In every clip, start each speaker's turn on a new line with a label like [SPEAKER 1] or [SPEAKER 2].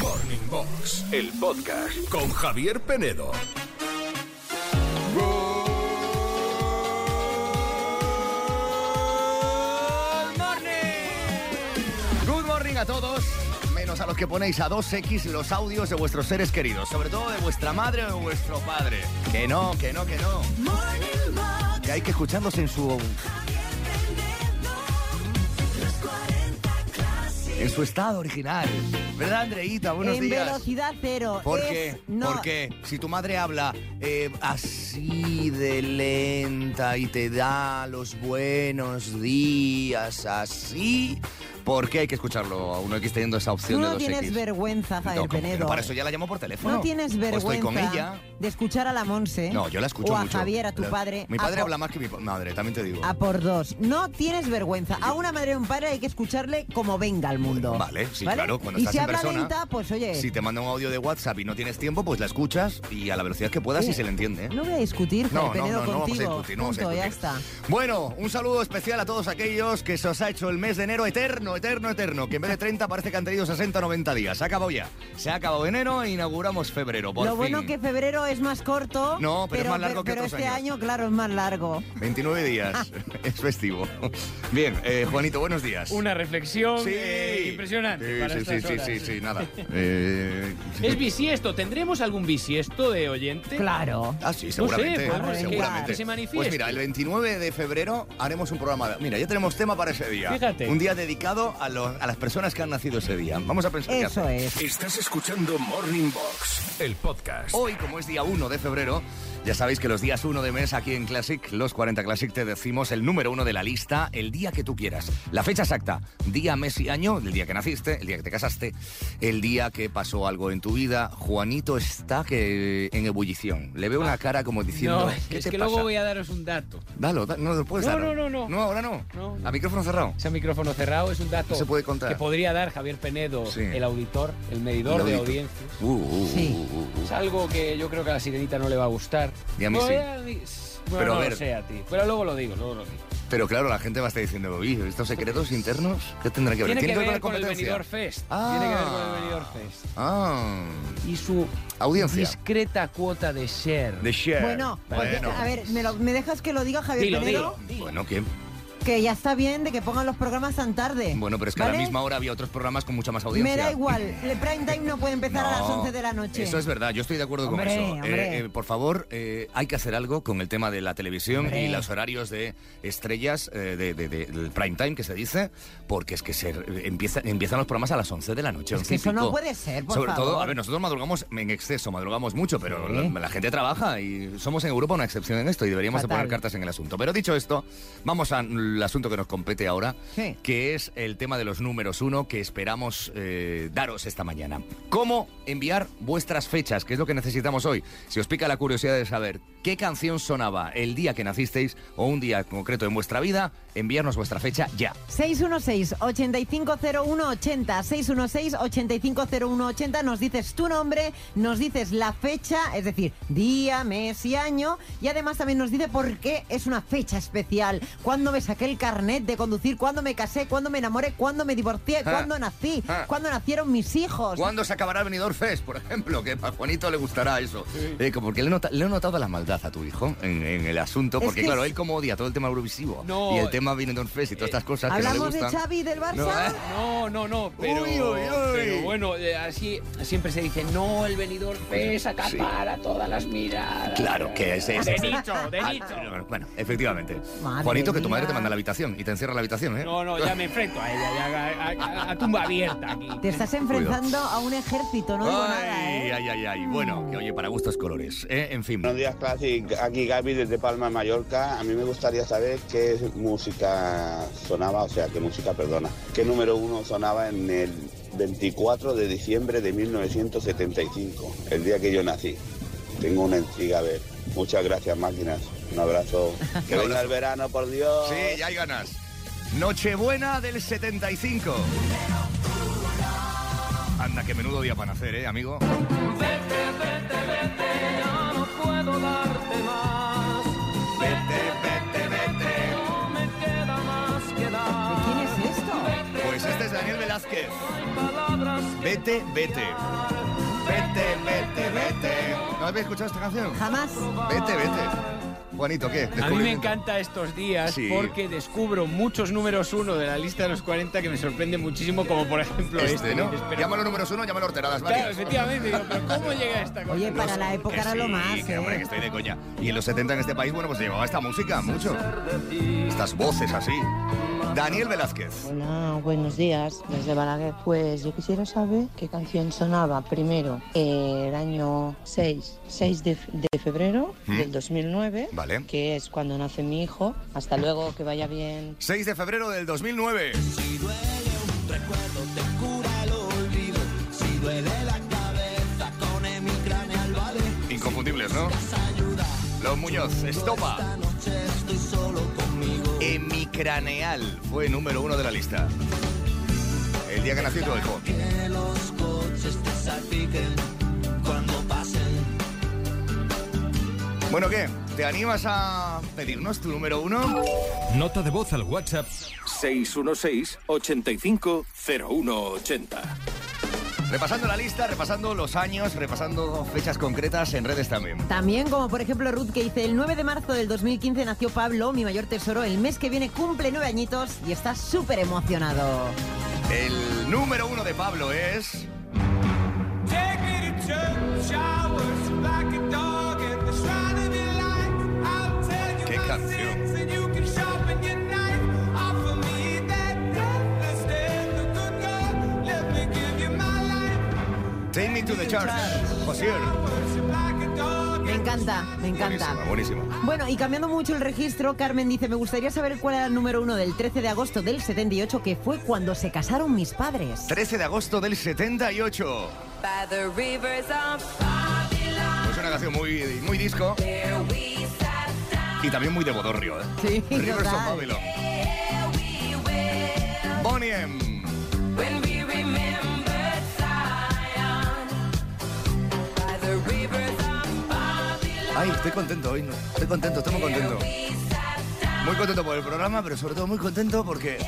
[SPEAKER 1] Morning Box, el podcast con Javier Penedo.
[SPEAKER 2] Good morning a todos, menos a los que ponéis a 2X los audios de vuestros seres queridos, sobre todo de vuestra madre o de vuestro padre. Que no, que no, que no. Que hay que escucharlos en su en su estado original. ¿Verdad, Andreita? Buenos
[SPEAKER 3] en
[SPEAKER 2] días.
[SPEAKER 3] velocidad cero.
[SPEAKER 2] ¿Por
[SPEAKER 3] Es-
[SPEAKER 2] qué?
[SPEAKER 3] No,
[SPEAKER 2] ¿Por qué? Si tu madre habla eh, así de lenta y te da los buenos días así, ¿por qué hay que escucharlo a uno X teniendo esa
[SPEAKER 3] Tú
[SPEAKER 2] opción de
[SPEAKER 3] no
[SPEAKER 2] 2X?
[SPEAKER 3] tienes vergüenza, Javier
[SPEAKER 2] No, ¿cómo que
[SPEAKER 3] Penedo.
[SPEAKER 2] no? Para eso ya la llamo por teléfono.
[SPEAKER 3] No tienes
[SPEAKER 2] O
[SPEAKER 3] vergüenza
[SPEAKER 2] Estoy con ella.
[SPEAKER 3] de escuchar a la Monse.
[SPEAKER 2] No, yo la escucho
[SPEAKER 3] O a
[SPEAKER 2] mucho.
[SPEAKER 3] Javier, a tu
[SPEAKER 2] La-
[SPEAKER 3] padre.
[SPEAKER 2] Mi padre
[SPEAKER 3] a
[SPEAKER 2] habla más que mi pa- madre, también te digo.
[SPEAKER 3] A por dos. No tienes vergüenza. A una madre o un padre hay que escucharle como venga al mundo.
[SPEAKER 2] Vale, sí, claro, cuando
[SPEAKER 3] y
[SPEAKER 2] estás
[SPEAKER 3] si
[SPEAKER 2] en
[SPEAKER 3] habla
[SPEAKER 2] persona,
[SPEAKER 3] lenta, pues oye.
[SPEAKER 2] Si te manda un audio de WhatsApp y no tienes tiempo, pues la escuchas y a la velocidad que puedas y
[SPEAKER 3] Oye,
[SPEAKER 2] se le entiende. ¿eh?
[SPEAKER 3] No voy a discutir, Javier
[SPEAKER 2] No, no, no,
[SPEAKER 3] Penedo,
[SPEAKER 2] no vamos a
[SPEAKER 3] contigo.
[SPEAKER 2] discutir, no vamos a
[SPEAKER 3] Punto, ya
[SPEAKER 2] discutir.
[SPEAKER 3] está.
[SPEAKER 2] Bueno, un saludo especial a todos aquellos que se os ha hecho el mes de enero eterno, eterno, eterno, que en vez de 30 parece que han tenido 60, 90 días. Se ha acabado ya. Se ha acabado enero e inauguramos febrero, por
[SPEAKER 3] Lo
[SPEAKER 2] fin.
[SPEAKER 3] bueno que febrero es más corto.
[SPEAKER 2] No, pero es más largo que
[SPEAKER 3] pero
[SPEAKER 2] otros
[SPEAKER 3] este
[SPEAKER 2] años.
[SPEAKER 3] año, claro, es más largo.
[SPEAKER 2] 29 días. es festivo. Bien, eh, Juanito, buenos días.
[SPEAKER 4] Una reflexión
[SPEAKER 2] Sí.
[SPEAKER 4] eh, impresionante.
[SPEAKER 2] Sí,
[SPEAKER 4] para
[SPEAKER 2] sí,
[SPEAKER 4] estas
[SPEAKER 2] sí, sí,
[SPEAKER 4] horas.
[SPEAKER 2] sí, sí, nada. Eh,
[SPEAKER 4] Es bisiesto. ¿Tendremos algún bisiesto de oyente?
[SPEAKER 3] Claro.
[SPEAKER 2] Ah, sí, seguramente.
[SPEAKER 4] No sé, podemos
[SPEAKER 2] seguramente.
[SPEAKER 4] que se manifieste.
[SPEAKER 2] Pues mira, el 29 de febrero haremos un programa. de- Mira, ya tenemos tema para ese día.
[SPEAKER 4] Fíjate.
[SPEAKER 2] Un día dedicado a, los- a las personas que han nacido ese día. Vamos a pensar qué hacer.
[SPEAKER 3] Eso es.
[SPEAKER 1] Estás escuchando Morning Box, el podcast.
[SPEAKER 2] Hoy, como es día 1 de febrero, ya sabéis que los días 1 de mes aquí en Classic, los 40 Classic, te decimos el número 1 de la lista, el día que tú quieras. La fecha exacta, día, mes y año, el día que naciste, el día que te casaste, el día que pasó algo en tu vida. Juanito está que en ebullición. Le veo una cara como diciendo,
[SPEAKER 4] No,
[SPEAKER 2] ¿qué
[SPEAKER 4] es
[SPEAKER 2] te
[SPEAKER 4] que
[SPEAKER 2] pasa?
[SPEAKER 4] luego voy a daros un dato.
[SPEAKER 2] Dalo, da- no lo puedes
[SPEAKER 4] No,
[SPEAKER 2] dar.
[SPEAKER 4] no, no, no.
[SPEAKER 2] No, ahora no.
[SPEAKER 4] No.
[SPEAKER 2] A micrófono cerrado.
[SPEAKER 4] Ese micrófono cerrado es un dato
[SPEAKER 2] No se puede contar.
[SPEAKER 4] que podría dar Javier Penedo,
[SPEAKER 2] Sí.
[SPEAKER 4] el auditor, el medidor
[SPEAKER 2] Lo
[SPEAKER 4] de
[SPEAKER 2] digo.
[SPEAKER 4] audiencias.
[SPEAKER 2] Uh, uh, uh,
[SPEAKER 3] Sí.
[SPEAKER 2] uh, uh, uh.
[SPEAKER 4] Es algo que yo creo que a la sirenita no le va a gustar.
[SPEAKER 2] Y a mí
[SPEAKER 4] No,
[SPEAKER 2] sí.
[SPEAKER 4] a mí- bueno,
[SPEAKER 2] Pero a
[SPEAKER 4] no
[SPEAKER 2] ver.
[SPEAKER 4] lo sé a ti. Pero luego lo digo, luego lo digo.
[SPEAKER 2] Pero claro, la gente va a estar diciendo, uy, estos secretos internos, ¿qué tendrán que ver?
[SPEAKER 4] Tiene que
[SPEAKER 2] ¿Tienen
[SPEAKER 4] ver
[SPEAKER 2] la
[SPEAKER 4] con el
[SPEAKER 2] competencia?
[SPEAKER 4] Benidorm Fest.
[SPEAKER 2] Ah.
[SPEAKER 4] Tiene que ver con el Benidorm Fest.
[SPEAKER 2] Ah,
[SPEAKER 4] Y su
[SPEAKER 2] Audiencia.
[SPEAKER 4] discreta cuota de share.
[SPEAKER 2] de share.
[SPEAKER 3] Bueno, porque- a ver, ¿me, lo- me dejas que lo diga Javier
[SPEAKER 4] Dilo,
[SPEAKER 3] Penedo?
[SPEAKER 4] dilo.
[SPEAKER 2] Bueno, ¿qué?
[SPEAKER 3] Que ya está bien de que pongan los programas tan tarde.
[SPEAKER 2] Bueno, pero es que a la
[SPEAKER 3] ¿vale?
[SPEAKER 2] misma hora había otros programas con mucha más audiencia.
[SPEAKER 3] Me da igual, el prime time no puede empezar a las
[SPEAKER 2] No,
[SPEAKER 3] 11 de la noche.
[SPEAKER 2] Eso es verdad, yo estoy de acuerdo
[SPEAKER 3] Hombre,
[SPEAKER 2] con eso. Eh,
[SPEAKER 3] hombre.
[SPEAKER 2] eh, por favor, eh, hay que hacer algo con el tema de la televisión
[SPEAKER 3] Hombre.
[SPEAKER 2] y los horarios de estrellas eh, de, de- de- del prime time que se dice, porque es que se eh, empieza- empiezan los programas a las 11 de la noche.
[SPEAKER 3] Es
[SPEAKER 2] 11
[SPEAKER 3] que
[SPEAKER 2] y
[SPEAKER 3] eso no
[SPEAKER 2] pico.
[SPEAKER 3] puede ser, por
[SPEAKER 2] Sobre todo,
[SPEAKER 3] favor.
[SPEAKER 2] a ver, nosotros madrugamos en exceso, madrugamos mucho, pero
[SPEAKER 3] Sí.
[SPEAKER 2] la, la gente trabaja y somos en Europa una excepción en esto y deberíamos de
[SPEAKER 3] Fatal.
[SPEAKER 2] poner cartas en el asunto. Pero dicho esto, vamos al asunto que nos compete ahora,
[SPEAKER 3] Sí.
[SPEAKER 2] que es el tema de los números uno que esperamos eh, daros esta mañana. ¿Cómo enviar vuestras fechas? Que es lo que necesitamos hoy. Si os pica la curiosidad de saber qué canción sonaba el día que nacisteis o un día concreto en vuestra vida, enviarnos vuestra fecha ya.
[SPEAKER 3] 616-850180, 616-850180, nos dices tu nombre, nos dices la fecha, es decir, día, mes y año, y además también nos dice por qué es una fecha especial, cuándo me saqué el carnet de conducir, cuándo me casé, cuándo me enamoré, cuándo me divorcié,
[SPEAKER 2] Ah,
[SPEAKER 3] cuándo nací,
[SPEAKER 2] ah.
[SPEAKER 3] cuándo nacieron mis hijos.
[SPEAKER 2] ¿Cuándo se acabará Venidor Fest, por ejemplo? Que a Juanito le gustará eso. Eh, que porque le, he nota- le he notado la maldad a tu hijo en, en el asunto.
[SPEAKER 3] Es
[SPEAKER 2] Porque,
[SPEAKER 3] que
[SPEAKER 2] claro,
[SPEAKER 3] es- eh,
[SPEAKER 2] él como odia todo el tema Eurovisivo
[SPEAKER 4] No.
[SPEAKER 2] y el tema Venidor Fest y todas estas cosas que no le
[SPEAKER 3] ¿Hablamos de
[SPEAKER 2] gustan.
[SPEAKER 3] Xavi del Barça?
[SPEAKER 2] No, ¿eh?
[SPEAKER 4] No, no, no, pero,
[SPEAKER 2] Uy, uy, uy.
[SPEAKER 4] pero bueno, eh, así siempre se dice, no, el venidor es acapara todas las miradas.
[SPEAKER 2] Claro, que es
[SPEAKER 4] De
[SPEAKER 2] es-
[SPEAKER 4] nicho, de
[SPEAKER 2] Ah,
[SPEAKER 4] nicho.
[SPEAKER 2] Bueno, efectivamente.
[SPEAKER 3] Madre
[SPEAKER 2] Juanito, que tu
[SPEAKER 3] mía.
[SPEAKER 2] madre te manda a la habitación y te encierra en la habitación, ¿eh?
[SPEAKER 4] No, no, ya me enfrento a ella, ya, a, a- a tumba abierta aquí.
[SPEAKER 3] Te estás enfrentando a un ejército, no digo nada,
[SPEAKER 2] Ay,
[SPEAKER 3] ¿eh?
[SPEAKER 2] ay, ay, ay. Bueno, que oye, para gustos colores. ¿eh? En fin.
[SPEAKER 5] Buenos días, Classic. Aquí Gaby desde Palma, Mallorca. A mí me gustaría saber qué música sonaba, o sea, qué música, perdona, qué número uno sonaba en el 24 de diciembre de 1975, el día que yo nací. Tengo una intriga a ver. Muchas gracias, máquinas. Un abrazo. Que venga el verano, por Dios.
[SPEAKER 2] Sí, ya hay ganas. Nochebuena del 75. Anda, que menudo día para nacer, ¿eh, amigo?
[SPEAKER 3] ¿De quién es esto?
[SPEAKER 2] Pues este es Daniel Velázquez. Vete, vete. Vete, vete, vete. ¿No habéis escuchado esta canción?
[SPEAKER 3] Jamás.
[SPEAKER 2] Vete, vete. Juanito, ¿qué?
[SPEAKER 4] A mí me
[SPEAKER 2] Descubrimiento.
[SPEAKER 4] encanta estos días
[SPEAKER 2] Sí.
[SPEAKER 4] porque descubro muchos números uno de la lista de los 40 que me sorprende muchísimo, como por ejemplo este,
[SPEAKER 2] Este, ¿no?
[SPEAKER 4] Espera.
[SPEAKER 2] Llámalo números uno, llámalo horteradas, ¿vale?
[SPEAKER 4] Claro, efectivamente, digo, pero ¿cómo llega esta cosa?
[SPEAKER 3] Oye, para la época
[SPEAKER 2] Que
[SPEAKER 3] era lo
[SPEAKER 2] sí,
[SPEAKER 3] más.
[SPEAKER 2] que
[SPEAKER 3] ¿eh?
[SPEAKER 2] hombre, que estoy de coña. Y en los 70 en este país, bueno, pues se llevaba esta música mucho. Estas voces así. Daniel Velázquez.
[SPEAKER 6] Hola, Ah, buenos días, desde Balaguer. Pues yo quisiera saber qué canción sonaba primero eh, el año 6, 6 de, fe- de febrero
[SPEAKER 2] ¿Mm?
[SPEAKER 6] del 2009,
[SPEAKER 2] Vale.
[SPEAKER 6] que es cuando nace mi hijo. Hasta luego, que vaya bien.
[SPEAKER 2] 6 de febrero del 2009. Inconfundibles, ¿no? Los Muñoz, estopa. Hemicraneal fue número uno de la lista. El día que nació tu hijo. Bueno, ¿qué? ¿Te animas a pedirnos tu número uno?
[SPEAKER 7] Nota de voz al WhatsApp
[SPEAKER 1] 616 85 0180.
[SPEAKER 2] Repasando la lista, repasando los años, repasando fechas concretas en redes también.
[SPEAKER 3] También, como por ejemplo Ruth, que dice: el 9 de marzo del 2015 nació Pablo, mi mayor tesoro. El mes que viene cumple nueve añitos y está súper emocionado.
[SPEAKER 2] El número uno de Pablo es. Qué canción. Take me to the church. Josier.
[SPEAKER 3] Me encanta, me encanta.
[SPEAKER 2] Buenísima, buenísima.
[SPEAKER 3] Bueno, y cambiando mucho el registro, Carmen dice, me gustaría saber cuál era el número uno del 13 de agosto del 78, que fue cuando se casaron mis padres.
[SPEAKER 2] 13 de agosto del 78. Es una canción muy, muy disco. Y también muy de bodorrio, ¿eh?
[SPEAKER 3] Sí,
[SPEAKER 2] Rivers of
[SPEAKER 3] total.
[SPEAKER 2] Babylon. Bonnie M. Ay, estoy contento hoy. ¿no? Estoy contento, estoy muy contento. Muy contento por el programa, pero sobre todo muy contento porque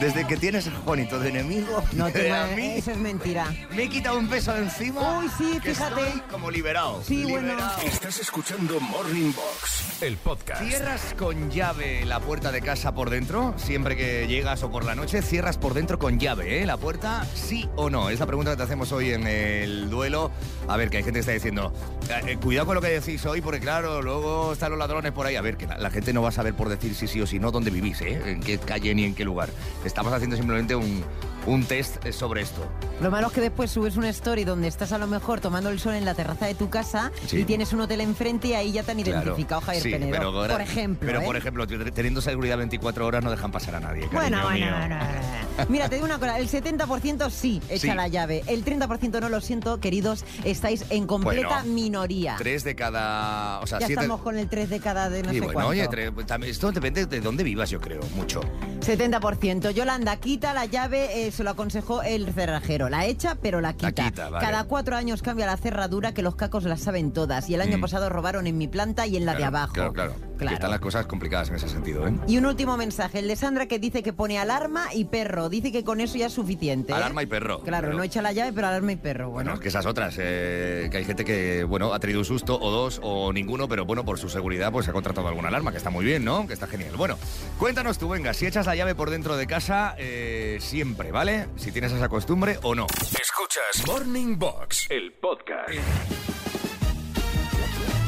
[SPEAKER 2] desde que tienes a Juanito de enemigo,
[SPEAKER 3] No te
[SPEAKER 2] a
[SPEAKER 3] ma-
[SPEAKER 2] mí,
[SPEAKER 3] Eso es mentira.
[SPEAKER 2] me he quitado un peso de encima.
[SPEAKER 3] Uy, sí,
[SPEAKER 2] que
[SPEAKER 3] fíjate.
[SPEAKER 2] estoy como liberado.
[SPEAKER 3] Sí, bueno.
[SPEAKER 2] liberado.
[SPEAKER 1] Estás escuchando Morning Box,
[SPEAKER 7] el podcast.
[SPEAKER 2] ¿Cierras con llave la puerta de casa por dentro? Siempre que llegas o por la noche, cierras por dentro con llave, ¿eh? La puerta, sí o no. Es la pregunta que te hacemos hoy en el duelo. A ver, que hay gente que está diciendo, eh, eh, cuidado con lo que decís hoy, porque claro, luego están los ladrones por ahí. A ver, que la, la gente no va a saber por decir si sí o si no dónde vivís, ¿eh? En qué calle ni en qué lugar. Estamos haciendo simplemente un, un test eh, sobre esto.
[SPEAKER 3] Lo malo es que después subes una story donde estás a lo mejor tomando el sol en la terraza de tu casa
[SPEAKER 2] Sí.
[SPEAKER 3] y tienes un hotel enfrente y ahí ya te han
[SPEAKER 2] Claro.
[SPEAKER 3] identificado Javier
[SPEAKER 2] Sí,
[SPEAKER 3] Penedo.
[SPEAKER 2] pero ahora-
[SPEAKER 3] por ejemplo.
[SPEAKER 2] Pero
[SPEAKER 3] ¿eh?
[SPEAKER 2] por ejemplo, teniendo seguridad 24 horas no dejan pasar a nadie.
[SPEAKER 3] Bueno,
[SPEAKER 2] cariño
[SPEAKER 3] bueno,
[SPEAKER 2] mío.
[SPEAKER 3] bueno, bueno, bueno. Mira, te digo una cosa, el 70% sí echa
[SPEAKER 2] Sí.
[SPEAKER 3] la llave, el 30% no lo siento, queridos, estáis en completa
[SPEAKER 2] Bueno,
[SPEAKER 3] minoría.
[SPEAKER 2] Tres de cada. O sea,
[SPEAKER 3] ya
[SPEAKER 2] siete.
[SPEAKER 3] estamos con el 3 de cada de no
[SPEAKER 2] Y
[SPEAKER 3] sé
[SPEAKER 2] bueno,
[SPEAKER 3] cuánto.
[SPEAKER 2] oye, tres- pues, también- esto depende de dónde vivas, yo creo, mucho.
[SPEAKER 3] 70%. Yolanda, quita la llave, eh, se lo aconsejó el cerrajero. La echa, pero la quita.
[SPEAKER 2] quita, vale.
[SPEAKER 3] Cada cuatro años cambia la cerradura, que los cacos la saben todas. Y el año
[SPEAKER 2] Mm.
[SPEAKER 3] pasado robaron en mi planta y en la de
[SPEAKER 2] Claro,
[SPEAKER 3] abajo.
[SPEAKER 2] Claro, claro. Que
[SPEAKER 3] Claro.
[SPEAKER 2] están las cosas complicadas en ese sentido, ¿eh?
[SPEAKER 3] Y un último mensaje, el de Sandra que dice que pone alarma y perro. Dice que con eso ya es suficiente. ¿eh?
[SPEAKER 2] Alarma y perro.
[SPEAKER 3] Claro,
[SPEAKER 2] Pero-
[SPEAKER 3] no echa la llave, pero alarma y perro.
[SPEAKER 2] Bueno,
[SPEAKER 3] Bueno,
[SPEAKER 2] es que esas otras, eh, que hay gente que, bueno, ha tenido un susto o dos o ninguno, pero bueno, por su seguridad, pues ha contratado alguna alarma, que está muy bien, ¿no? Que está genial. Bueno, cuéntanos tú, venga, si echas la llave por dentro de casa, eh, siempre, ¿vale? Si tienes esa costumbre o no.
[SPEAKER 1] Escuchas Morning Box, el podcast.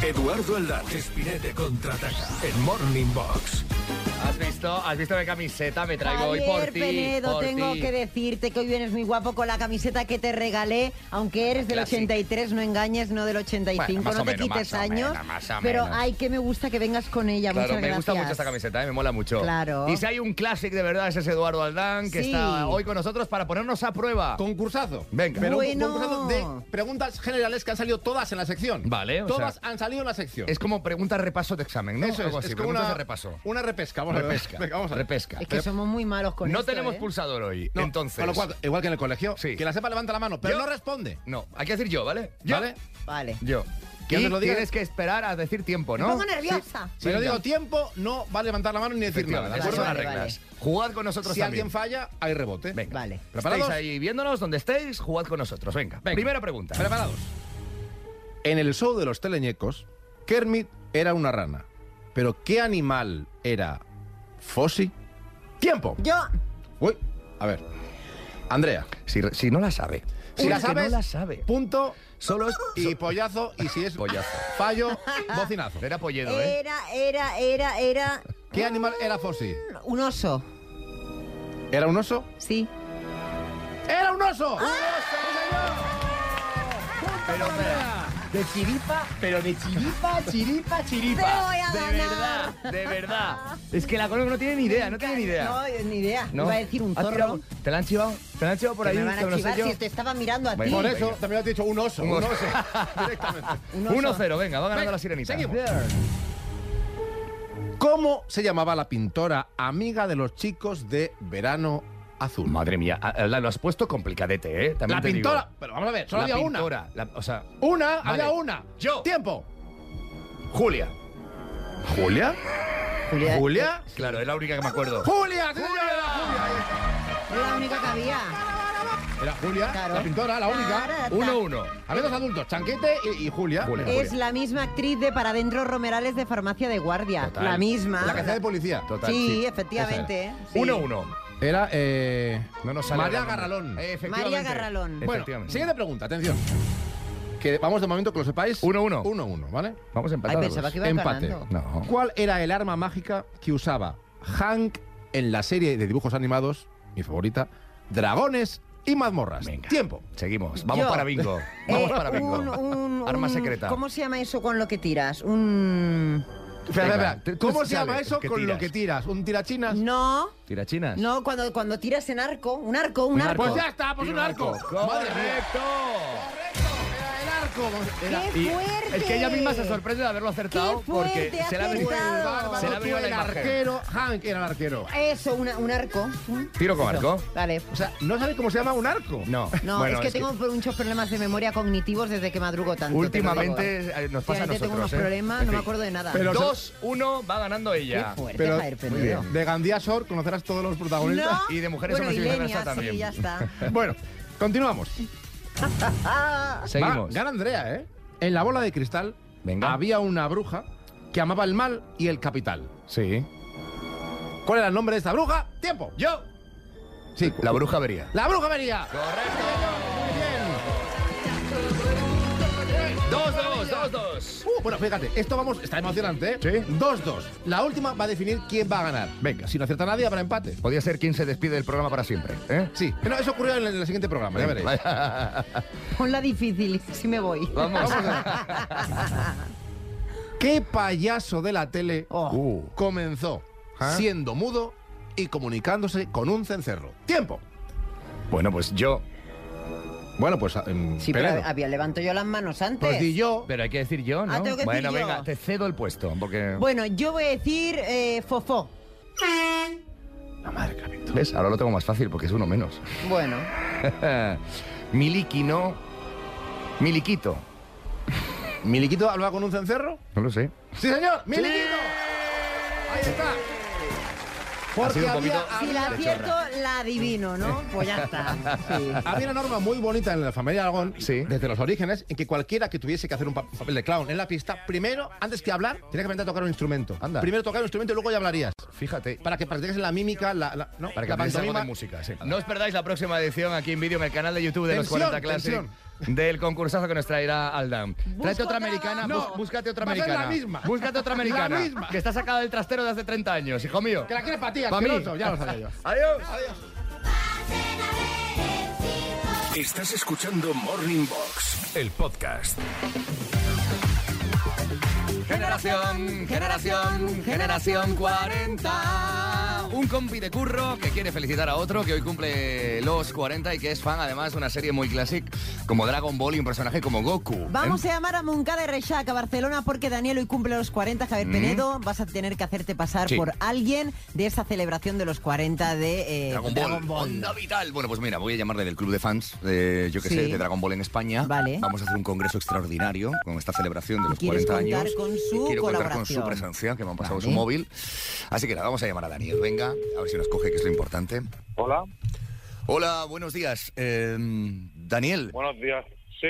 [SPEAKER 1] Eduardo Aldán,
[SPEAKER 7] Espinete contraataca en Morning Box.
[SPEAKER 2] ¿Has visto? ¿Has visto qué camiseta me
[SPEAKER 3] Javier Penedo, tengo que decirte que hoy vienes muy guapo con la camiseta que te regalé, aunque eres del
[SPEAKER 2] Ah, Clásico.
[SPEAKER 3] 83, no engañes, no del 85,
[SPEAKER 2] Bueno, más
[SPEAKER 3] no
[SPEAKER 2] o
[SPEAKER 3] te
[SPEAKER 2] menos,
[SPEAKER 3] quites
[SPEAKER 2] más o
[SPEAKER 3] años,
[SPEAKER 2] menos, más o
[SPEAKER 3] pero
[SPEAKER 2] menos.
[SPEAKER 3] ay, que me gusta que vengas con ella,
[SPEAKER 2] Claro,
[SPEAKER 3] muchas
[SPEAKER 2] me
[SPEAKER 3] gracias.
[SPEAKER 2] gusta mucho esta camiseta, ¿eh? me mola mucho.
[SPEAKER 3] Claro.
[SPEAKER 2] Y si hay un clásico de verdad, ese es Eduardo Aldán, que
[SPEAKER 3] Sí.
[SPEAKER 2] está hoy con nosotros para ponernos a prueba.
[SPEAKER 8] Concursazo.
[SPEAKER 2] Venga.
[SPEAKER 8] Pero un
[SPEAKER 3] Bueno.
[SPEAKER 8] concursazo de preguntas generales que han salido todas en la sección.
[SPEAKER 2] Vale, o
[SPEAKER 8] Todas
[SPEAKER 2] sea-
[SPEAKER 8] han salido en la sección.
[SPEAKER 2] Es como pregunta repaso de examen, ¿no?
[SPEAKER 8] Eso es,
[SPEAKER 2] Algo así,
[SPEAKER 8] es como
[SPEAKER 2] preguntas
[SPEAKER 8] una,
[SPEAKER 2] de repaso.
[SPEAKER 8] una repesca. Vamos a ver.
[SPEAKER 2] repesca.
[SPEAKER 8] Venga, vamos a ver.
[SPEAKER 2] repesca.
[SPEAKER 3] Es que somos muy malos con
[SPEAKER 2] no
[SPEAKER 3] esto,
[SPEAKER 2] tenemos
[SPEAKER 3] ¿eh?
[SPEAKER 2] pulsador hoy,
[SPEAKER 8] No,
[SPEAKER 2] entonces.
[SPEAKER 8] con lo cual, igual que en el colegio,
[SPEAKER 2] Sí.
[SPEAKER 8] quien la sepa levanta la mano, pero
[SPEAKER 2] Yo-
[SPEAKER 8] no responde.
[SPEAKER 2] No, hay que decir yo, ¿vale?
[SPEAKER 8] ¿Vale?
[SPEAKER 3] Vale.
[SPEAKER 2] Yo. y
[SPEAKER 8] Que antes lo digas.
[SPEAKER 2] tienes que esperar a decir tiempo, ¿no?
[SPEAKER 3] Me pongo nerviosa.
[SPEAKER 8] Si no
[SPEAKER 2] Venga.
[SPEAKER 8] digo tiempo, no va a levantar la mano ni decir nada.
[SPEAKER 2] Efectivamente,
[SPEAKER 8] ¿de
[SPEAKER 2] esas
[SPEAKER 8] acuerdo?
[SPEAKER 2] son las
[SPEAKER 3] Vale,
[SPEAKER 2] reglas. Jugad con nosotros
[SPEAKER 8] Si
[SPEAKER 2] también.
[SPEAKER 8] alguien falla, hay rebote.
[SPEAKER 2] Venga.
[SPEAKER 3] Vale.
[SPEAKER 8] ¿Preparados?
[SPEAKER 2] Estáis ahí viéndonos, donde estéis, jugad con nosotros. Venga,
[SPEAKER 8] Venga.
[SPEAKER 2] primera pregunta.
[SPEAKER 8] Preparados. En el show de los teleñecos, Kermit era una rana. Pero ¿qué animal era Fossi? ¡Tiempo!
[SPEAKER 3] Yo,
[SPEAKER 8] Uy, a ver. Andrea.
[SPEAKER 2] Si, si no la sabe.
[SPEAKER 8] Si la
[SPEAKER 2] es que
[SPEAKER 8] sabes,
[SPEAKER 2] no la sabe.
[SPEAKER 8] punto
[SPEAKER 2] Solo es...
[SPEAKER 8] y pollazo. Y si es
[SPEAKER 2] Pollazo.
[SPEAKER 8] fallo, bocinazo.
[SPEAKER 2] Era Polledo, ¿eh?
[SPEAKER 3] era, era, era, era
[SPEAKER 8] ¿Qué animal era Fossi?
[SPEAKER 3] un oso.
[SPEAKER 8] ¿Era un oso?
[SPEAKER 3] Sí.
[SPEAKER 8] ¡Era un oso!
[SPEAKER 2] Pero,
[SPEAKER 4] De chiripa, pero de chiripa, chiripa, chiripa.
[SPEAKER 3] Te voy a
[SPEAKER 2] de
[SPEAKER 3] ganar.
[SPEAKER 2] verdad, de verdad. Es que la conozco, no tiene ni idea, no tiene ni idea.
[SPEAKER 3] No, ni idea.
[SPEAKER 2] No.
[SPEAKER 3] Iba a decir un
[SPEAKER 2] Ha
[SPEAKER 3] zorro.
[SPEAKER 2] tirado- Te la han chivado, te la han chivado por
[SPEAKER 3] Que
[SPEAKER 2] ahí.
[SPEAKER 3] me van
[SPEAKER 2] que
[SPEAKER 3] a
[SPEAKER 2] no sé
[SPEAKER 3] chivar
[SPEAKER 2] yo.
[SPEAKER 3] si este te estaba mirando a ti.
[SPEAKER 2] Bueno,
[SPEAKER 8] Por
[SPEAKER 2] Venga.
[SPEAKER 8] eso también has dicho un oso.
[SPEAKER 2] Un
[SPEAKER 8] Un
[SPEAKER 2] oso.
[SPEAKER 8] oso. Directamente.
[SPEAKER 3] Un oso.
[SPEAKER 2] 1-0, venga, va ganando
[SPEAKER 8] Venga,
[SPEAKER 2] la sirenita.
[SPEAKER 8] seguimos. ¿Cómo se llamaba la pintora amiga de los chicos de Verano Azul?
[SPEAKER 2] Madre mía, a- a- la- lo has puesto complicadete, ¿eh? También
[SPEAKER 8] la
[SPEAKER 2] te digo.
[SPEAKER 8] pintora. Pero vamos a ver, solo
[SPEAKER 2] la
[SPEAKER 8] había
[SPEAKER 2] pintora, la- o sea,
[SPEAKER 8] una. Una,
[SPEAKER 2] Vale.
[SPEAKER 8] había una.
[SPEAKER 2] Yo.
[SPEAKER 8] Tiempo.
[SPEAKER 2] Julia.
[SPEAKER 8] ¿Julia?
[SPEAKER 2] Eh,
[SPEAKER 3] Julia,
[SPEAKER 8] ¿Julia?
[SPEAKER 2] Claro, es la única que me acuerdo.
[SPEAKER 8] ¡Julia! sí, señora, era Julia! Ahí está.
[SPEAKER 3] Era la única que había.
[SPEAKER 8] Era Julia,
[SPEAKER 3] Claro.
[SPEAKER 8] la pintora, la única.
[SPEAKER 2] 1-1. Uno, uno.
[SPEAKER 8] Había dos adultos, Chanquete y, y Julia.
[SPEAKER 2] Julia.
[SPEAKER 3] Es la misma actriz de Para Adentro Romerales de Farmacia de Guardia.
[SPEAKER 2] Total.
[SPEAKER 3] La misma.
[SPEAKER 8] La que hacía de policía.
[SPEAKER 2] Total,
[SPEAKER 3] sí,
[SPEAKER 2] sí.
[SPEAKER 3] efectivamente. ¿eh? Sí.
[SPEAKER 2] 1-1.
[SPEAKER 8] Era eh,
[SPEAKER 2] No nos sale
[SPEAKER 8] María
[SPEAKER 2] ahora el
[SPEAKER 8] Garralón.
[SPEAKER 2] nombre. Eh, Efectivamente.
[SPEAKER 3] María Garralón.
[SPEAKER 8] Bueno,
[SPEAKER 2] Efectivamente.
[SPEAKER 8] siguiente pregunta, atención. Que vamos de momento que lo sepáis.
[SPEAKER 2] Uno, uno.
[SPEAKER 8] 1-1. 1-1, ¿vale?
[SPEAKER 2] Vamos a empatar.
[SPEAKER 3] Ay,
[SPEAKER 2] a
[SPEAKER 3] pensaba
[SPEAKER 2] dos.
[SPEAKER 3] que iba
[SPEAKER 8] Empate.
[SPEAKER 3] ganando.
[SPEAKER 2] No.
[SPEAKER 8] ¿Cuál era el arma mágica que usaba Hank en la serie de dibujos animados, mi favorita, Dragones y mazmorras?
[SPEAKER 2] Venga.
[SPEAKER 8] Tiempo.
[SPEAKER 2] Seguimos. Vamos
[SPEAKER 3] Yo.
[SPEAKER 2] para bingo.
[SPEAKER 3] Eh,
[SPEAKER 2] Vamos para bingo.
[SPEAKER 3] un- un-
[SPEAKER 2] Arma
[SPEAKER 3] un-
[SPEAKER 2] secreta.
[SPEAKER 3] ¿Cómo se llama eso con lo que tiras? Un...
[SPEAKER 8] Espera,
[SPEAKER 2] Venga,
[SPEAKER 8] espera, espera.
[SPEAKER 2] tú- tú
[SPEAKER 8] ¿Cómo se
[SPEAKER 2] sales,
[SPEAKER 8] llama eso
[SPEAKER 2] que
[SPEAKER 8] con lo
[SPEAKER 2] tiras.
[SPEAKER 8] que tiras? ¿Un tirachinas?
[SPEAKER 3] No,
[SPEAKER 2] ¿Tirachinas?
[SPEAKER 3] no, cuando, cuando tiras en arco. Un arco, un,
[SPEAKER 2] Un
[SPEAKER 3] arco.
[SPEAKER 8] Pues ya está, pues
[SPEAKER 2] Y
[SPEAKER 8] un arco. Madre mía.
[SPEAKER 2] ¡Correcto!
[SPEAKER 8] Correcto, era el arco. Era-
[SPEAKER 3] ¡Qué
[SPEAKER 2] Y
[SPEAKER 3] fuerte!
[SPEAKER 2] es que ella misma se sorprende de haberlo acertado
[SPEAKER 3] ¡Qué fuerte,
[SPEAKER 2] porque se la ha venido,
[SPEAKER 3] acertado! Bárbaro,
[SPEAKER 2] se
[SPEAKER 8] Tú
[SPEAKER 2] le ha venido la
[SPEAKER 8] el
[SPEAKER 2] imagen.
[SPEAKER 8] arquero, Hank era el arquero.
[SPEAKER 3] Eso, una- un arco.
[SPEAKER 2] ¿Tiro con arco?
[SPEAKER 3] Vale.
[SPEAKER 8] O sea, ¿no sabes cómo se llama un arco?
[SPEAKER 2] No.
[SPEAKER 3] No,
[SPEAKER 2] Bueno,
[SPEAKER 3] es que tengo muchos problemas de memoria cognitivos desde que madrugo tanto. te lo digo, ¿eh?
[SPEAKER 2] Últimamente eh, nos pasa a
[SPEAKER 3] Últimamente
[SPEAKER 2] nosotros.
[SPEAKER 3] tengo unos
[SPEAKER 2] ¿eh?
[SPEAKER 3] problemas,
[SPEAKER 2] En
[SPEAKER 3] no me
[SPEAKER 2] fin.
[SPEAKER 3] acuerdo de nada.
[SPEAKER 8] Pero-
[SPEAKER 2] Dos, uno, va ganando
[SPEAKER 3] Qué
[SPEAKER 2] ella.
[SPEAKER 3] fuerte,
[SPEAKER 8] Pero
[SPEAKER 3] Javier
[SPEAKER 8] muy
[SPEAKER 3] Penedo.
[SPEAKER 8] bien. de Gandía Sor conocerás todos los protagonistas.
[SPEAKER 3] No.
[SPEAKER 2] Y de mujeres
[SPEAKER 3] bueno, y
[SPEAKER 2] somos viceversa
[SPEAKER 3] Lenia, sí,
[SPEAKER 2] también.
[SPEAKER 3] ya está.
[SPEAKER 8] Bueno, continuamos.
[SPEAKER 3] Ah,
[SPEAKER 8] Va,
[SPEAKER 2] Seguimos.
[SPEAKER 8] gana Andrea, ¿eh? En la bola de cristal
[SPEAKER 2] Venga.
[SPEAKER 8] había una bruja que amaba el mal y el capital.
[SPEAKER 2] Sí.
[SPEAKER 8] ¿Cuál era el nombre de esta bruja? ¡Tiempo!
[SPEAKER 2] Yo.
[SPEAKER 8] Sí.
[SPEAKER 2] La bruja vería.
[SPEAKER 8] ¡La bruja María!
[SPEAKER 2] Dos, dos, dos, dos.
[SPEAKER 8] Uh, bueno, fíjate, esto vamos, está emocionante, ¿eh?
[SPEAKER 2] Sí.
[SPEAKER 8] 2-2. La última va a definir quién va a ganar.
[SPEAKER 2] Venga.
[SPEAKER 8] Si no acierta nadie, habrá empate.
[SPEAKER 2] Podía ser quien se despide del programa para siempre. ¿eh?
[SPEAKER 8] Sí. Pero eso ocurrió en el, en el siguiente programa, ya veréis.
[SPEAKER 3] Ponla difícil, si me voy.
[SPEAKER 2] Vamos.
[SPEAKER 8] ¿Qué payaso de la tele
[SPEAKER 2] Uh.
[SPEAKER 8] comenzó
[SPEAKER 2] ¿Ah?
[SPEAKER 8] siendo mudo y comunicándose con un cencerro? ¡Tiempo!
[SPEAKER 2] Bueno, pues yo.
[SPEAKER 8] Bueno, pues... em,
[SPEAKER 3] Sí, pero
[SPEAKER 8] Penedo.
[SPEAKER 3] había levanto yo las manos antes.
[SPEAKER 8] Pues di yo...
[SPEAKER 2] Pero hay que decir yo, ¿no?
[SPEAKER 3] Ah, tengo que
[SPEAKER 2] bueno,
[SPEAKER 3] decir yo.
[SPEAKER 2] venga, te cedo el puesto. Porque.
[SPEAKER 3] Bueno, yo voy a decir eh, fofó.
[SPEAKER 2] La madre que la pintó. ¿Ves? Ahora lo tengo más fácil porque es uno menos.
[SPEAKER 3] Bueno,
[SPEAKER 2] Miliki, no. Miliquito.
[SPEAKER 8] ¿Miliquito hablaba con un cencerro?
[SPEAKER 2] No lo sé.
[SPEAKER 8] ¡Sí, señor! ¡Miliquito! Ahí está.
[SPEAKER 2] Ha sido
[SPEAKER 8] Porque
[SPEAKER 2] un
[SPEAKER 8] había,
[SPEAKER 2] poquito-
[SPEAKER 3] si la
[SPEAKER 2] de
[SPEAKER 3] acierto, la adivino, ¿no? Pues ya está. Sí.
[SPEAKER 8] había una norma muy bonita en la familia Aragón,
[SPEAKER 2] Sí.
[SPEAKER 8] desde los orígenes, en que cualquiera que tuviese que hacer un, pa- un papel de clown en la pista, primero, antes que hablar, tenía que aprender a tocar un instrumento.
[SPEAKER 2] Anda.
[SPEAKER 8] Primero tocar un instrumento y luego ya hablarías.
[SPEAKER 2] Fíjate.
[SPEAKER 8] Para que practiques la mímica, la, la- ¿no?
[SPEAKER 2] Para que
[SPEAKER 8] la
[SPEAKER 2] aprendáis algo de
[SPEAKER 8] pantomima.
[SPEAKER 2] música, sí. No os perdáis la próxima edición aquí en vídeo en el canal de YouTube de los
[SPEAKER 8] Tensión,
[SPEAKER 2] 40 Classic.
[SPEAKER 8] tensión.
[SPEAKER 2] Del concursazo que nos traerá Aldam. Tráete otra americana,
[SPEAKER 8] trabajo.
[SPEAKER 2] bus- búscate otra
[SPEAKER 8] Va a ser
[SPEAKER 2] americana.
[SPEAKER 8] la misma.
[SPEAKER 2] Búscate otra americana.
[SPEAKER 8] La misma.
[SPEAKER 2] Que está sacada del trastero de hace 30 años, hijo mío.
[SPEAKER 8] Que la quieres para ti,
[SPEAKER 2] Pa' mí.
[SPEAKER 8] asqueroso, ya lo sabía yo.
[SPEAKER 2] Adiós.
[SPEAKER 1] Estás escuchando Morning Box, el podcast.
[SPEAKER 2] Generación, generación, generación 40. Un compi de curro que quiere felicitar a otro que hoy cumple los 40 y que es fan además de una serie muy clásica como Dragon Ball y un personaje como Goku. ¿eh?
[SPEAKER 3] Vamos a llamar a Moncada y Reixac a Barcelona porque Daniel hoy cumple los 40, Javier Penedo. Vas a tener que hacerte pasar
[SPEAKER 2] Mm. Sí.
[SPEAKER 3] por alguien de esa celebración de los 40 de eh,
[SPEAKER 2] Dragon Ball, Onda Vital. Bueno, pues mira, voy a llamarle del club de fans, eh, yo que sé,
[SPEAKER 3] Sí.
[SPEAKER 2] de Dragon Ball en España.
[SPEAKER 3] Vale.
[SPEAKER 2] Vamos a hacer un congreso extraordinario con esta celebración de los
[SPEAKER 3] quieres
[SPEAKER 2] 40
[SPEAKER 3] contar
[SPEAKER 2] años.
[SPEAKER 3] con su
[SPEAKER 2] y quiero contar con su
[SPEAKER 3] colaboración.
[SPEAKER 2] presencia, que me han pasado
[SPEAKER 3] Vale.
[SPEAKER 2] su móvil. Así que nada, vamos a llamar a Daniel. Venga, a ver si nos coge, que es lo importante.
[SPEAKER 9] Hola,
[SPEAKER 2] Hola, buenos días. Eh, Daniel.
[SPEAKER 9] buenos días. Sí,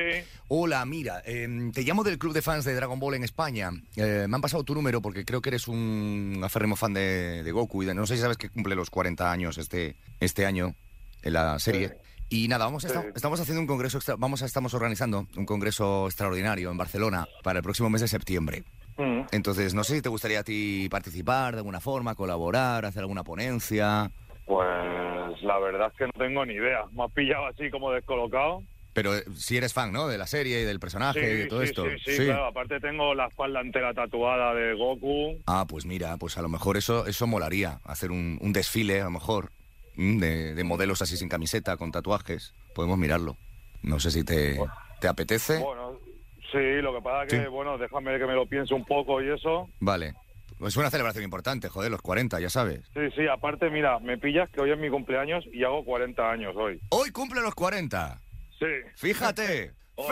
[SPEAKER 2] Hola, mira, eh, te llamo del club de fans de Dragon Ball en España. Eh, me han pasado tu número porque creo que eres un aférrimo fan de, de Goku. Y de- no sé si sabes que cumple los 40 años este, este año en la serie. Y nada, vamos a esta-
[SPEAKER 9] Sí.
[SPEAKER 2] estamos haciendo un congreso, extra- vamos a, estamos organizando un congreso extraordinario en Barcelona para el próximo mes de septiembre.
[SPEAKER 9] Mm.
[SPEAKER 2] Entonces, no sé si te gustaría a ti participar de alguna forma, colaborar, hacer alguna ponencia.
[SPEAKER 9] pues la verdad es que no tengo ni idea. Me has pillado así como descolocado.
[SPEAKER 2] Pero eh, si eres fan, ¿no? De la serie y del personaje y de todo
[SPEAKER 9] sí,
[SPEAKER 2] esto.
[SPEAKER 9] sí, sí, claro. Aparte tengo la espalda entera tatuada de Goku.
[SPEAKER 2] Ah, pues mira, pues a lo mejor eso, eso molaría, hacer un, un desfile a lo mejor mm, de, de modelos así sin camiseta, con tatuajes. Podemos mirarlo. No sé si te, te apetece.
[SPEAKER 9] Bueno, sí, lo que pasa es que,
[SPEAKER 2] ¿Eh? Sí.
[SPEAKER 9] bueno, déjame que me lo piense un poco y eso.
[SPEAKER 2] Vale. Es una celebración importante, joder, los 40, ya sabes.
[SPEAKER 9] Sí, sí, aparte, mira, me pillas que hoy es mi cumpleaños y hago 40 años hoy.
[SPEAKER 2] Hoy cumple los 40.
[SPEAKER 9] Sí.
[SPEAKER 2] Fíjate.
[SPEAKER 9] Hoy.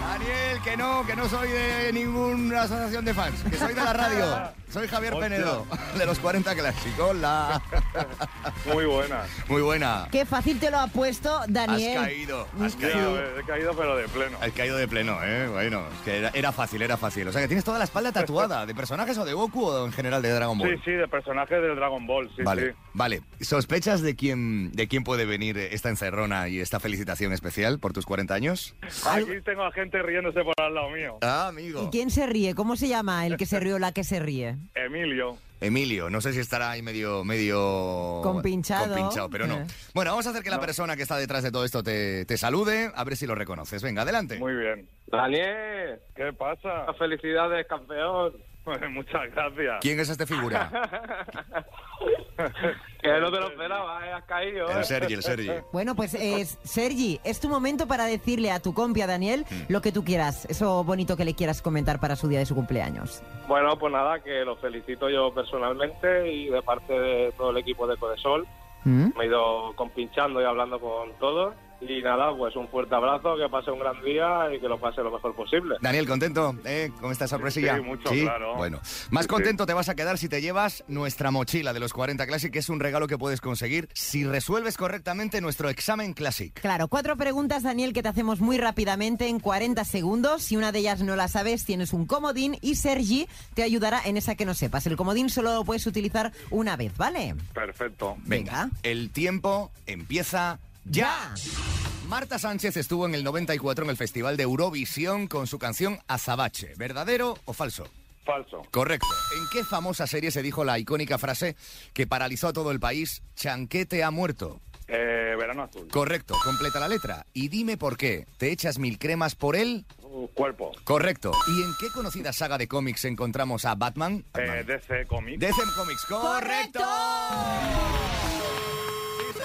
[SPEAKER 2] Daniel, que no, que no soy de ninguna asociación de fans, que soy de la radio. Soy Javier
[SPEAKER 9] Hostia.
[SPEAKER 2] Penedo, de los 40 clásicos. La...
[SPEAKER 9] Muy buena.
[SPEAKER 2] Muy buena.
[SPEAKER 3] Qué fácil te lo ha puesto, Daniel.
[SPEAKER 2] Has caído, has
[SPEAKER 9] Ya,
[SPEAKER 2] caído.
[SPEAKER 9] he caído, pero de pleno.
[SPEAKER 2] Has caído de pleno, ¿eh? Bueno, es que era, era fácil, era fácil. O sea, que tienes toda la espalda tatuada, ¿de personajes o de Goku o en general de Dragon Ball?
[SPEAKER 9] Sí, sí, de personaje del Dragon Ball, sí,
[SPEAKER 2] vale,
[SPEAKER 9] sí.
[SPEAKER 2] vale. ¿Sospechas de quién, de quién puede venir esta encerrona y esta felicitación especial por tus 40 años?
[SPEAKER 9] Aquí tengo a gente riéndose por al lado mío.
[SPEAKER 2] Ah,
[SPEAKER 3] ¿Y
[SPEAKER 2] amigo.
[SPEAKER 3] quién se ríe? ¿Cómo se llama el que se rió o la que se ríe?
[SPEAKER 9] Emilio.
[SPEAKER 2] Emilio, no sé si estará ahí medio, medio...
[SPEAKER 3] Compinchado.
[SPEAKER 2] compinchado, pero no.
[SPEAKER 3] Eh.
[SPEAKER 2] Bueno, vamos a hacer que la
[SPEAKER 9] No.
[SPEAKER 2] persona que está detrás de todo esto te, te salude, a ver si lo reconoces. Venga, adelante.
[SPEAKER 9] Muy bien.
[SPEAKER 10] Daniel,
[SPEAKER 9] ¿Qué pasa?
[SPEAKER 10] felicidades, campeón.
[SPEAKER 9] Muchas gracias.
[SPEAKER 2] ¿Quién es esta figura?
[SPEAKER 10] Que no te lo esperaba, eh, has caído.
[SPEAKER 2] El Sergi, el Sergi.
[SPEAKER 3] Bueno, pues eh, Sergi, es tu momento para decirle a tu compi, a Daniel,
[SPEAKER 2] Mm.
[SPEAKER 3] lo que tú quieras, eso bonito que le quieras comentar para su día de su cumpleaños.
[SPEAKER 10] Bueno, pues nada, que los felicito yo personalmente y de parte de todo el equipo de Codesol.
[SPEAKER 3] ¿Mm?
[SPEAKER 10] Me he ido compinchando y hablando con todos. Y nada, pues un fuerte abrazo, que pase un gran día y que lo pase lo mejor posible.
[SPEAKER 2] Daniel, ¿contento eh, con esta sorpresilla?
[SPEAKER 9] Sí, mucho, claro.
[SPEAKER 2] Bueno, más
[SPEAKER 9] Sí,
[SPEAKER 2] contento te vas a quedar si te llevas nuestra mochila de los 40 Classic, que es un regalo que puedes conseguir si resuelves correctamente nuestro examen Classic.
[SPEAKER 3] Claro, cuatro preguntas, Daniel, que te hacemos muy rápidamente en 40 segundos. Si una de ellas no la sabes, tienes un comodín y Sergi te ayudará en esa que no sepas. El comodín solo lo puedes utilizar una vez, ¿vale?
[SPEAKER 9] Perfecto.
[SPEAKER 2] Venga,
[SPEAKER 3] Venga.
[SPEAKER 2] el tiempo empieza ya. Marta Sánchez estuvo en el 94 en el Festival de Eurovisión con su canción Azabache. ¿Verdadero o falso?
[SPEAKER 9] Falso.
[SPEAKER 2] Correcto. ¿En qué famosa serie se dijo la icónica frase que paralizó a todo el país? Chanquete ha muerto.
[SPEAKER 9] Eh, verano azul.
[SPEAKER 2] Correcto, completa la letra. Y dime por qué. ¿Te echas mil cremas por él?
[SPEAKER 9] Cuerpo.
[SPEAKER 2] Correcto. ¿Y en qué conocida saga de cómics encontramos a Batman?
[SPEAKER 9] Eh, DC Comics.
[SPEAKER 2] DC Comics. ¡Correcto! Sí,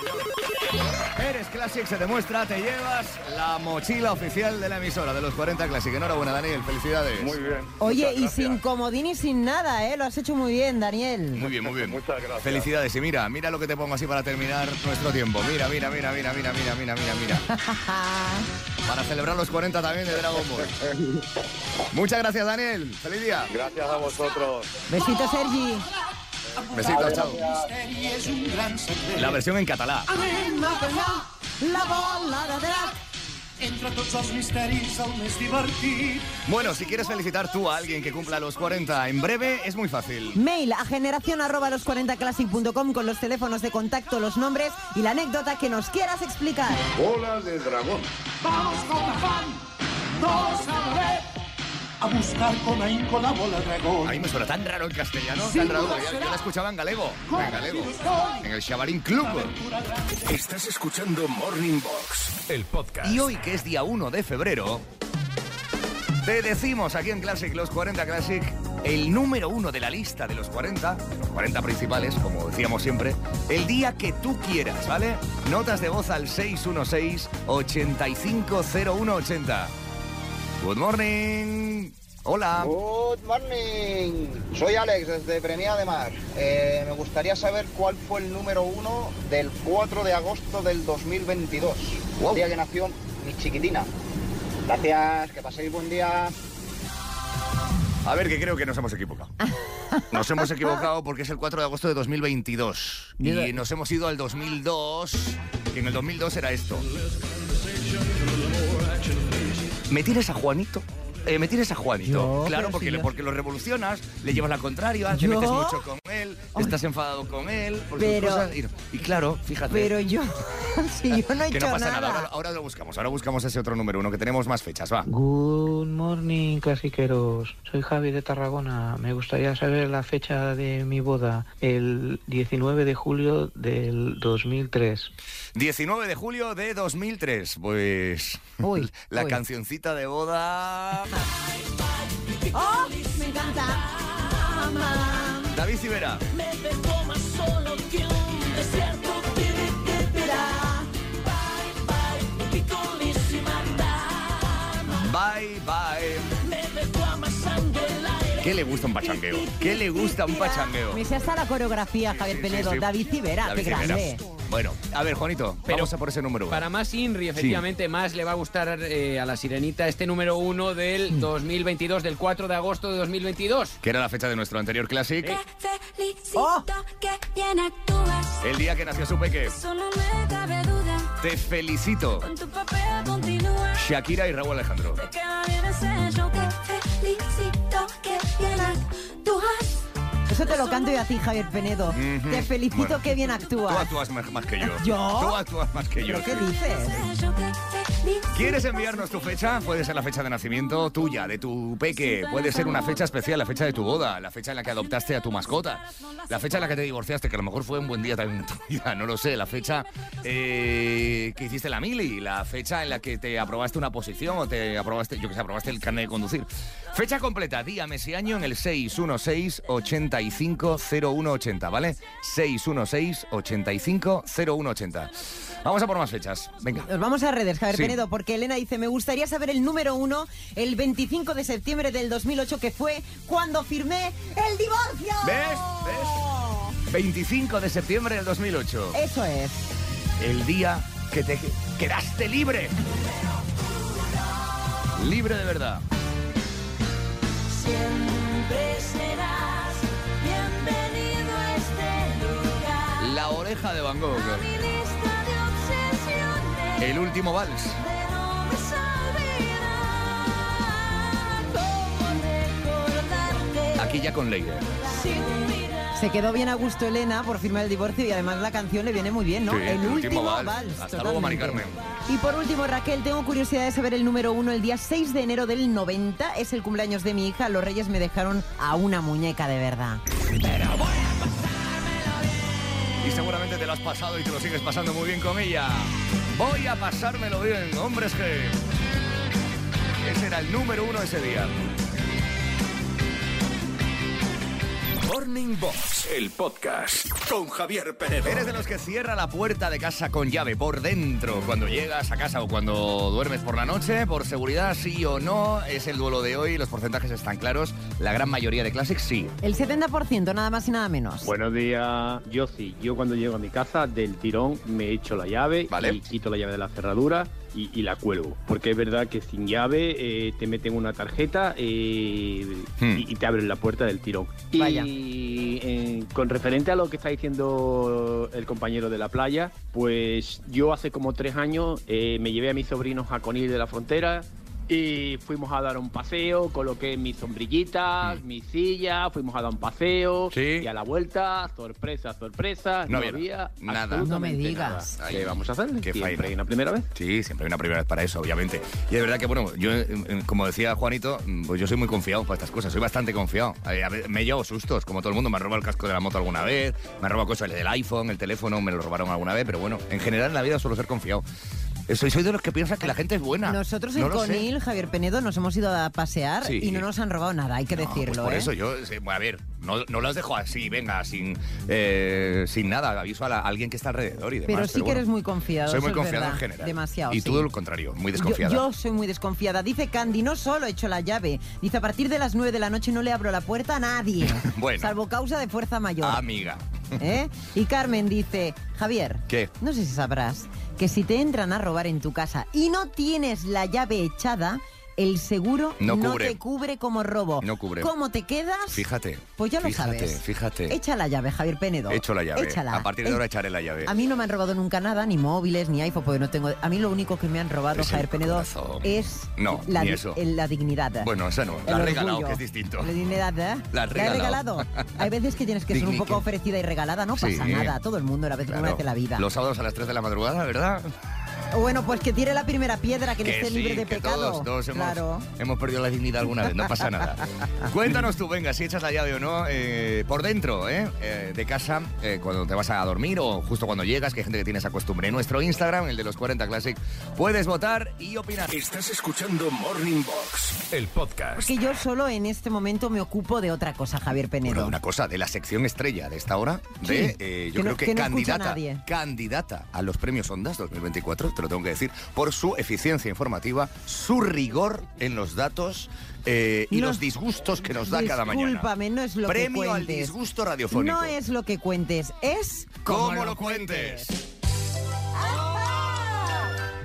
[SPEAKER 2] señor. Eres Classic, se demuestra, te llevas la mochila oficial de la emisora de los 40 Classic. Enhorabuena, Daniel, felicidades.
[SPEAKER 9] Muy bien.
[SPEAKER 3] Oye,
[SPEAKER 9] Muchas
[SPEAKER 3] y
[SPEAKER 9] gracias.
[SPEAKER 3] sin comodín y sin nada, ¿eh? Lo has hecho muy bien, Daniel.
[SPEAKER 2] Muy bien, muy bien.
[SPEAKER 9] Muchas gracias.
[SPEAKER 2] Felicidades. Y mira, mira lo que te pongo así para terminar nuestro tiempo. Mira, mira, mira, mira, mira, mira, mira, mira, mira. Para celebrar los 40 también de Dragon Ball. Muchas gracias, Daniel. Feliz día.
[SPEAKER 9] Gracias a vosotros.
[SPEAKER 3] Besito, Sergi.
[SPEAKER 2] Besitos, chao. La versión en catalán.
[SPEAKER 3] La bola de drag.
[SPEAKER 2] Bueno, si quieres felicitar tú a alguien que cumpla los 40 en breve, es muy fácil.
[SPEAKER 3] Mail a generación arroba los 40classic.com con los teléfonos de contacto, los nombres y la anécdota que nos quieras explicar.
[SPEAKER 1] Bola de dragón.
[SPEAKER 2] A mí me suena tan raro el castellano, tan raro. Yo, yo la escuchaba en galego. En galego. En el Xabarín Club.
[SPEAKER 1] Estás escuchando Morning Box.
[SPEAKER 7] El podcast.
[SPEAKER 2] Y hoy, que es día 1 de febrero, te decimos aquí en Classic, los 40 Classic, el número uno de la lista de los 40, de los 40 principales, como decíamos siempre, el día que tú quieras, ¿vale? Notas de voz al 616-850180. Good morning. Hola.
[SPEAKER 5] Good morning. Soy Alex desde Premia de Mar. Eh, me gustaría saber cuál fue el número uno del 4 de agosto del 2022. El día que nació mi chiquitina. Gracias, que paséis buen día.
[SPEAKER 2] A ver, que creo que nos hemos equivocado. Nos hemos equivocado porque es el 4 de agosto de 2022. Y nos hemos ido al 2002. Y en el 2002 era esto. ¿Me tienes a Juanito? Eh, ¿Me tienes a Juanito?
[SPEAKER 11] Yo,
[SPEAKER 2] claro,
[SPEAKER 11] pero
[SPEAKER 2] porque,
[SPEAKER 11] si
[SPEAKER 2] le-
[SPEAKER 11] yo-
[SPEAKER 2] porque lo revolucionas, le llevas la contraria, te
[SPEAKER 3] ¿Yo?
[SPEAKER 2] metes mucho con él, estás enfadado con él, por sus
[SPEAKER 3] Pero-
[SPEAKER 2] cosas. Y, y claro, fíjate.
[SPEAKER 3] Pero yo, si yo no he
[SPEAKER 2] que
[SPEAKER 3] hecho
[SPEAKER 2] no pasa nada.
[SPEAKER 3] nada.
[SPEAKER 2] Ahora, ahora lo buscamos, ahora buscamos ese otro número uno, que tenemos más fechas, va.
[SPEAKER 6] Good morning, clasiqueros. Soy Javi de Tarragona. Me gustaría saber la fecha de mi boda, el 19 de julio del 2003.
[SPEAKER 2] 19 de julio de 2003. Pues. la
[SPEAKER 6] uy.
[SPEAKER 2] cancioncita de boda.
[SPEAKER 3] ¡Oh! Me encanta.
[SPEAKER 2] David Civera.
[SPEAKER 12] Me dejó más solo que un desierto. Tiene que esperar. Bye, bye, picolísima dama.
[SPEAKER 2] Bye, bye.
[SPEAKER 12] Me dejó amasando el aire.
[SPEAKER 2] ¿Qué le gusta un pachangueo? ¿Qué le gusta un pachangueo?
[SPEAKER 3] Me sé hasta la coreografía, Javier Penedo.
[SPEAKER 2] sí.
[SPEAKER 3] David Civera,
[SPEAKER 2] David
[SPEAKER 3] qué
[SPEAKER 2] Civera.
[SPEAKER 3] grande.
[SPEAKER 2] Bueno, a ver, Juanito,
[SPEAKER 4] Pero
[SPEAKER 2] vamos a por ese número uno.
[SPEAKER 4] Para más Inri, efectivamente, más le va a gustar eh, a la sirenita este número uno del 2022, del 4 de agosto de 2022.
[SPEAKER 2] Que era la fecha de nuestro anterior Classic.
[SPEAKER 4] Eh.
[SPEAKER 13] Felicito
[SPEAKER 12] Oh.
[SPEAKER 13] que bien actúas.
[SPEAKER 2] El día que nació su peque.
[SPEAKER 13] Solo me cabe duda.
[SPEAKER 2] Te felicito.
[SPEAKER 13] Con tu papel continúa.
[SPEAKER 2] Shakira y Raúl Alejandro.
[SPEAKER 13] Te queda bien ese show. Te felicito que bien actúas.
[SPEAKER 3] Eso te lo canto yo a ti, Javier Penedo.
[SPEAKER 2] Ujú.
[SPEAKER 3] Te felicito
[SPEAKER 2] Bueno.
[SPEAKER 3] que bien
[SPEAKER 2] Tú
[SPEAKER 3] actúas.
[SPEAKER 2] actúas más, más que yo.
[SPEAKER 3] ¿Yo?
[SPEAKER 2] Tú actúas más que yo.
[SPEAKER 3] ¿Pero qué
[SPEAKER 2] sí.
[SPEAKER 3] dices?
[SPEAKER 2] ¿Quieres enviarnos tu fecha? Puede ser la fecha de nacimiento tuya, de tu peque. Puede ser una fecha especial, la fecha de tu boda, la fecha en la que adoptaste a tu mascota, la fecha en la que te divorciaste, que a lo mejor fue un buen día también en tu vida, no lo sé. La fecha eh, que hiciste la mili, la fecha en la que te aprobaste una posición o te aprobaste, yo que sé, aprobaste el carnet de conducir. Fecha completa, día, mes y año en el 616-850180, ¿vale? 616-850180. Vamos a por más fechas. Venga.
[SPEAKER 3] Nos vamos a redes, Javier
[SPEAKER 2] Sí.
[SPEAKER 3] Penedo, porque Elena dice, me gustaría saber el número uno, el 25 de septiembre del 2008, que fue cuando firmé el divorcio.
[SPEAKER 2] ¿Ves? ¿Ves? 25 de septiembre del 2008.
[SPEAKER 3] Eso es.
[SPEAKER 2] El día que te quedaste libre. Libre de verdad.
[SPEAKER 12] Siempre serás bienvenido a este lugar.
[SPEAKER 2] La oreja de Van Gogh.
[SPEAKER 12] Lista de obsesiones.
[SPEAKER 2] El último vals.
[SPEAKER 12] No me sabía cómo recordarte
[SPEAKER 2] Aquí ya con Leire.
[SPEAKER 12] sin mirar.
[SPEAKER 3] Se quedó bien a gusto Elena por firmar el divorcio y además la canción le viene muy bien, ¿no?
[SPEAKER 2] Sí,
[SPEAKER 3] el último, vals.
[SPEAKER 2] Hasta luego, Mari
[SPEAKER 3] totalmente.
[SPEAKER 2] Carmen.
[SPEAKER 3] Y por último, Raquel, tengo curiosidad de saber el número uno. El día 6 de enero del 90 es el cumpleaños de mi hija. Los reyes me dejaron a una muñeca de verdad.
[SPEAKER 2] Y seguramente te lo has pasado y te lo sigues pasando muy bien con ella. Voy a pasármelo bien, hombres que. Ese era el número uno ese día. Morning Box,
[SPEAKER 1] el podcast con Javier Penedo.
[SPEAKER 2] Eres de los que cierra la puerta de casa con llave por dentro cuando llegas a casa o cuando duermes por la noche, por seguridad sí o no, es el duelo de hoy, los porcentajes están claros, la gran mayoría de Classics sí.
[SPEAKER 3] El 70%, nada más y nada menos.
[SPEAKER 8] Buenos días, yo sí. Yo cuando llego a mi casa, del tirón me echo la llave y quito la llave de la cerradura y, y la cuelgo. Porque es verdad que sin llave eh, te meten una tarjeta eh, y, y te abren la puerta del tirón. Y eh, con referente a lo que está diciendo el compañero de la playa, pues yo hace como tres años eh, me llevé a mis sobrinos a Conil de la Frontera. Y fuimos a dar un paseo, coloqué mis sombrillitas, mi silla, fuimos a dar un paseo. Y a la vuelta, sorpresa, sorpresa, no, había absolutamente nada.
[SPEAKER 2] Ahí vamos a hacerle. siempre hay una primera vez. Sí, siempre hay una primera vez para eso, obviamente. Y es verdad que, bueno, yo, eh, eh, como decía Juanito, mm, pues yo soy muy confiado para estas cosas, soy bastante confiado. Eh, a ver, me llevo sustos, como todo el mundo. Me han robado el casco de la moto alguna vez, me han robado cosas del iPhone, el teléfono, me lo robaron alguna vez, pero bueno, en general en la vida suelo ser confiado. Eh, Soy, soy de los que piensan que la gente es buena.
[SPEAKER 3] Nosotros
[SPEAKER 2] No
[SPEAKER 3] en
[SPEAKER 2] lo sé.
[SPEAKER 3] Conil, Javier Penedo, nos hemos ido a pasear
[SPEAKER 2] Sí.
[SPEAKER 3] y no nos han robado nada, hay que
[SPEAKER 2] Pues
[SPEAKER 3] decirlo,
[SPEAKER 2] por
[SPEAKER 3] ¿eh?
[SPEAKER 2] eso yo, eh, a ver, no, no las dejo así, venga, sin, eh, sin nada, aviso a, la- a alguien que está alrededor y demás.
[SPEAKER 3] pero sí que
[SPEAKER 2] bueno,
[SPEAKER 3] eres muy confiado.
[SPEAKER 2] Soy muy
[SPEAKER 3] eso es
[SPEAKER 2] confiado en
[SPEAKER 3] verdad.
[SPEAKER 2] general.
[SPEAKER 3] Demasiado.
[SPEAKER 2] Y
[SPEAKER 3] sí.
[SPEAKER 2] tú lo contrario, muy
[SPEAKER 3] Yo-
[SPEAKER 2] desconfiada.
[SPEAKER 3] Yo, soy muy desconfiada. Dice Candy, no solo he hecho la llave. Dice, a partir de las 9 de la noche no le abro la puerta a nadie.
[SPEAKER 2] Bueno. Ah.
[SPEAKER 3] Salvo causa de fuerza mayor.
[SPEAKER 2] Amiga.
[SPEAKER 3] ¿Eh? Y Carmen dice, Javier,
[SPEAKER 2] ¿Qué?
[SPEAKER 3] no sé si sabrás que si te entran a robar en tu casa y no tienes la llave echada, el seguro
[SPEAKER 2] No cubre.
[SPEAKER 3] te cubre como robo.
[SPEAKER 2] No cubre.
[SPEAKER 3] ¿Cómo te quedas?
[SPEAKER 2] Fíjate.
[SPEAKER 3] Pues ya lo
[SPEAKER 2] fíjate,
[SPEAKER 3] sabes.
[SPEAKER 2] Fíjate.
[SPEAKER 3] Echa la llave, Javier Penedo.
[SPEAKER 2] He hecho la llave.
[SPEAKER 3] Échala.
[SPEAKER 2] A partir de ahora
[SPEAKER 3] Eh,
[SPEAKER 2] echaré la llave.
[SPEAKER 3] A mí no me han robado nunca nada, ni móviles, ni iPhone, porque no tengo... A mí lo único que me han robado,
[SPEAKER 2] Es el
[SPEAKER 3] Javier Penedo,
[SPEAKER 2] corazón.
[SPEAKER 3] es
[SPEAKER 2] No,
[SPEAKER 3] la,
[SPEAKER 2] ni
[SPEAKER 3] di-
[SPEAKER 2] eso.
[SPEAKER 3] el- la dignidad.
[SPEAKER 2] Bueno, esa no,
[SPEAKER 3] El
[SPEAKER 2] la has regalado,
[SPEAKER 3] orgullo.
[SPEAKER 2] que es distinto.
[SPEAKER 3] La dignidad, ¿eh?
[SPEAKER 2] La has
[SPEAKER 3] he
[SPEAKER 2] regalado.
[SPEAKER 3] regalado. Hay veces que tienes que ser un
[SPEAKER 2] Dignique.
[SPEAKER 3] poco ofrecida y regalada, no pasa
[SPEAKER 2] Sí.
[SPEAKER 3] nada. Todo el mundo, la vez
[SPEAKER 2] Claro.
[SPEAKER 3] una vez en la vida.
[SPEAKER 2] Los sábados a las 3 de la madrugada, ¿verdad?
[SPEAKER 3] Bueno, pues que tire la primera piedra, que, no
[SPEAKER 2] Que
[SPEAKER 3] esté
[SPEAKER 2] sí,
[SPEAKER 3] libre de
[SPEAKER 2] que
[SPEAKER 3] pecado.
[SPEAKER 2] Todos, todos hemos,
[SPEAKER 3] Claro.
[SPEAKER 2] hemos perdido la dignidad alguna vez, no pasa nada. Cuéntanos tú, venga, si echas la llave o no, eh, por dentro, ¿eh? Eh, de casa, eh, cuando te vas a dormir o justo cuando llegas, que hay gente que tiene esa costumbre. En nuestro Instagram, el de los 40 Classic, puedes votar y opinar.
[SPEAKER 1] Estás escuchando Morning Box, el podcast.
[SPEAKER 3] Porque yo solo en este momento me ocupo de otra cosa, Javier Penedo.
[SPEAKER 2] Bueno, una cosa, de la sección estrella de esta hora, de,
[SPEAKER 3] Sí,
[SPEAKER 2] eh, yo
[SPEAKER 3] que no-
[SPEAKER 2] creo que,
[SPEAKER 3] que no escucha
[SPEAKER 2] candidata,
[SPEAKER 3] nadie.
[SPEAKER 2] candidata a los premios Ondas 2024, te lo tengo que decir, por su eficiencia informativa, su rigor en los datos eh, y
[SPEAKER 3] No.
[SPEAKER 2] los disgustos que nos da cada mañana.
[SPEAKER 3] Discúlpame, no es lo
[SPEAKER 2] Premio
[SPEAKER 3] que
[SPEAKER 2] al
[SPEAKER 3] cuentes.
[SPEAKER 2] disgusto radiofónico.
[SPEAKER 3] No es lo que cuentes, es
[SPEAKER 2] ¿Cómo,
[SPEAKER 3] como
[SPEAKER 2] lo cuentes?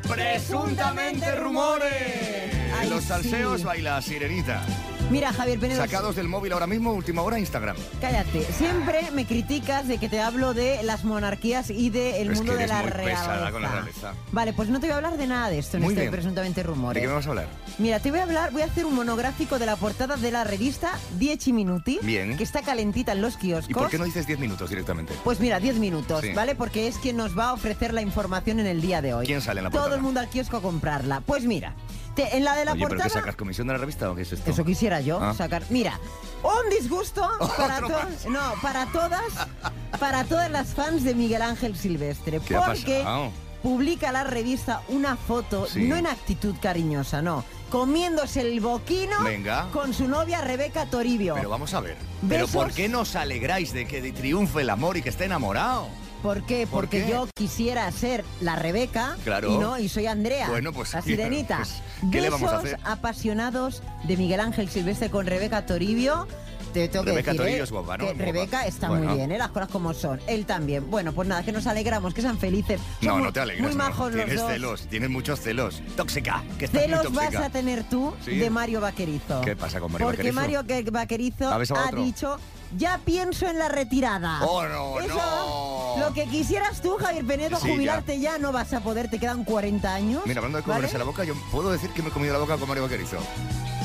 [SPEAKER 3] Presuntamente rumores. Ay,
[SPEAKER 2] en los salseos
[SPEAKER 3] sí.
[SPEAKER 2] baila sirenita.
[SPEAKER 3] Mira, Javier Penedo.
[SPEAKER 2] Sacados del móvil ahora mismo, última hora, Instagram.
[SPEAKER 3] Cállate, siempre me criticas de que te hablo de las monarquías y del
[SPEAKER 2] Pero es
[SPEAKER 3] mundo
[SPEAKER 2] que
[SPEAKER 3] de
[SPEAKER 2] eres
[SPEAKER 3] la
[SPEAKER 2] muy pesada con la
[SPEAKER 3] realeza.
[SPEAKER 2] realeza.
[SPEAKER 3] Vale, pues no te voy a hablar de nada de esto en
[SPEAKER 2] Muy
[SPEAKER 3] este
[SPEAKER 2] bien.
[SPEAKER 3] presuntamente
[SPEAKER 2] ¿De
[SPEAKER 3] rumores.
[SPEAKER 2] qué me vas a hablar?
[SPEAKER 3] Mira, te voy a hablar, voy a hacer un monográfico de la portada de la revista 10 Minuti,
[SPEAKER 2] Bien.
[SPEAKER 3] que está calentita en los kioscos.
[SPEAKER 2] ¿Y por qué no dices 10 minutos directamente?
[SPEAKER 3] Pues mira, 10 minutos,
[SPEAKER 2] Sí.
[SPEAKER 3] ¿vale? Porque es que nos va a ofrecer la información en el día de hoy.
[SPEAKER 2] ¿Quién sale en la
[SPEAKER 3] Todo
[SPEAKER 2] portada?
[SPEAKER 3] el mundo al kiosco a comprarla. Pues mira, te- en la de la
[SPEAKER 2] Oye, ¿pero
[SPEAKER 3] portada...
[SPEAKER 2] qué sacas comisión de la revista o qué es esto?
[SPEAKER 3] Eso quisiera yo
[SPEAKER 2] Ah.
[SPEAKER 3] sacar. Mira, un disgusto para todas. No, para todas. Para todas las fans de Miguel Ángel Silvestre.
[SPEAKER 2] ¿Qué ha
[SPEAKER 3] porque
[SPEAKER 2] pasado?
[SPEAKER 3] publica la revista una foto,
[SPEAKER 2] Sí.
[SPEAKER 3] no en actitud cariñosa, no. Comiéndose el boquino
[SPEAKER 2] Venga.
[SPEAKER 3] con su novia Rebeca Toribio.
[SPEAKER 2] Pero vamos a ver. ¿Pero
[SPEAKER 3] Besos.
[SPEAKER 2] por qué nos alegráis de que triunfe el amor y que esté enamorado?
[SPEAKER 3] ¿Por qué?
[SPEAKER 2] ¿Por
[SPEAKER 3] Porque
[SPEAKER 2] qué?
[SPEAKER 3] yo quisiera ser la Rebeca
[SPEAKER 2] Claro.
[SPEAKER 3] y no, y soy Andrea.
[SPEAKER 2] Bueno, pues,
[SPEAKER 3] La sirenita.
[SPEAKER 2] pues, ¿qué le vamos a
[SPEAKER 3] Besos
[SPEAKER 2] hacer?
[SPEAKER 3] apasionados de Miguel Ángel Silvestre con Rebeca Toribio. Te tengo que
[SPEAKER 2] Rebeca
[SPEAKER 3] decir,
[SPEAKER 2] Toribio
[SPEAKER 3] ¿eh?
[SPEAKER 2] es guapa, ¿no?
[SPEAKER 3] que
[SPEAKER 2] Guapa.
[SPEAKER 3] Rebeca está
[SPEAKER 2] Bueno.
[SPEAKER 3] muy bien, ¿eh? las cosas como son. Él también. Bueno, pues nada, que nos alegramos, que sean felices. Son
[SPEAKER 2] No,
[SPEAKER 3] muy-
[SPEAKER 2] no te alegres.
[SPEAKER 3] Muy
[SPEAKER 2] no.
[SPEAKER 3] majos los
[SPEAKER 2] Tienes
[SPEAKER 3] dos.
[SPEAKER 2] celos, tienes muchos celos. Tóxica, que estás muy
[SPEAKER 3] Celos vas
[SPEAKER 2] tóxica.
[SPEAKER 3] a tener tú
[SPEAKER 2] Sí.
[SPEAKER 3] de Mario Vaquerizo.
[SPEAKER 2] ¿Qué pasa con Mario
[SPEAKER 3] Porque
[SPEAKER 2] Vaquerizo?
[SPEAKER 3] Mario que- Vaquerizo
[SPEAKER 2] ¿Ha besado a
[SPEAKER 3] ha
[SPEAKER 2] otro?
[SPEAKER 3] dicho, ya pienso en la retirada.
[SPEAKER 2] Oh, no,
[SPEAKER 3] Eso,
[SPEAKER 2] no.
[SPEAKER 3] Lo que quisieras tú, Javier Penedo,
[SPEAKER 2] Sí,
[SPEAKER 3] jubilarte ya. no vas a poder, te quedan 40 años.
[SPEAKER 2] Mira, hablando de
[SPEAKER 3] ¿vale?
[SPEAKER 2] comerse la boca, yo puedo decir que me he comido la boca con Mario Vaquerizo.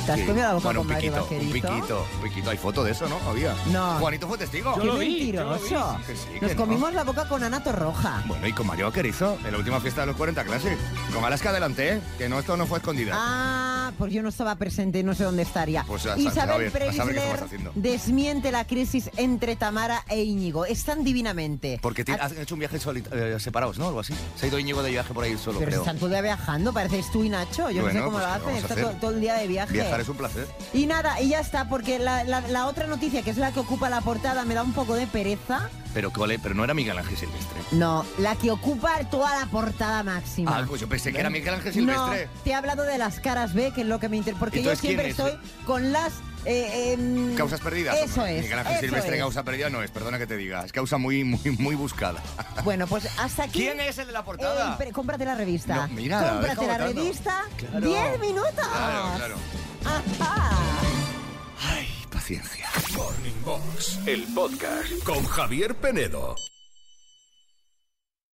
[SPEAKER 3] ¿Te has
[SPEAKER 2] Sí.
[SPEAKER 3] comido la boca
[SPEAKER 2] bueno,
[SPEAKER 3] con
[SPEAKER 2] un
[SPEAKER 3] Mario
[SPEAKER 2] piquito, Un
[SPEAKER 3] Vaquerizo?
[SPEAKER 2] piquito, un piquito. Hay foto de eso, ¿no? Había.
[SPEAKER 3] No.
[SPEAKER 2] Juanito fue testigo.
[SPEAKER 3] Qué mentiroso.
[SPEAKER 2] Que sí, que
[SPEAKER 3] Nos
[SPEAKER 2] no.
[SPEAKER 3] comimos la boca con Anato Roja.
[SPEAKER 2] Bueno, y con Mario Vaquerizo, en la última fiesta de los 40 clases. Con Alaska adelante, ¿eh? Que no, esto no fue escondida.
[SPEAKER 3] Ah, pues yo no estaba presente, no sé dónde estaría.
[SPEAKER 2] Pues a- a
[SPEAKER 3] Isabel
[SPEAKER 2] saber, a saber qué estamos
[SPEAKER 3] Preisler
[SPEAKER 2] haciendo.
[SPEAKER 3] desmiente la crisis entre Tamara e Íñigo. Están divinamente. Ah,
[SPEAKER 2] Porque ti- han hecho un viaje solita- eh, separados, ¿no? Algo así. Se ha ido Íñigo de viaje por ahí solo,
[SPEAKER 3] Pero
[SPEAKER 2] creo.
[SPEAKER 3] están todo el día viajando, pareces tú y Nacho.
[SPEAKER 2] Bueno,
[SPEAKER 3] Yo no sé
[SPEAKER 2] pues,
[SPEAKER 3] cómo lo
[SPEAKER 2] ¿qué
[SPEAKER 3] hacen,
[SPEAKER 2] vamos a
[SPEAKER 3] está
[SPEAKER 2] hacer?
[SPEAKER 3] todo, todo el día de viaje.
[SPEAKER 2] Viajar es un placer.
[SPEAKER 3] Y nada, y ya está, porque la, la- la otra noticia, que es la que ocupa la portada, me da un poco de pereza.
[SPEAKER 2] Pero cole, pero no era Miguel Ángel Silvestre.
[SPEAKER 3] No, la que ocupa toda la portada máxima.
[SPEAKER 2] Ah, pues yo pensé que era Miguel Ángel Silvestre.
[SPEAKER 3] No, te he hablado de las caras B, que es lo que me interesa. Porque yo
[SPEAKER 2] Entonces,
[SPEAKER 3] siempre
[SPEAKER 2] ¿quién es?
[SPEAKER 3] estoy con las. eh, em,
[SPEAKER 2] Causas perdidas.
[SPEAKER 3] Eso
[SPEAKER 2] hombre.
[SPEAKER 3] es.
[SPEAKER 2] Miguel Ángel
[SPEAKER 3] eso
[SPEAKER 2] Silvestre,
[SPEAKER 3] es.
[SPEAKER 2] causa perdida no es, perdona que te diga. Es causa muy, muy, muy buscada.
[SPEAKER 3] Bueno, pues hasta aquí.
[SPEAKER 2] ¿Quién es el de la portada?
[SPEAKER 3] El pre- cómprate la revista.
[SPEAKER 2] No, mira, la
[SPEAKER 3] cómprate
[SPEAKER 2] deja
[SPEAKER 3] la
[SPEAKER 2] votando.
[SPEAKER 3] revista.
[SPEAKER 2] Claro.
[SPEAKER 3] 10 minutos. Ah.
[SPEAKER 2] Claro, claro.
[SPEAKER 1] Morning Box, el podcast con Javier Penedo.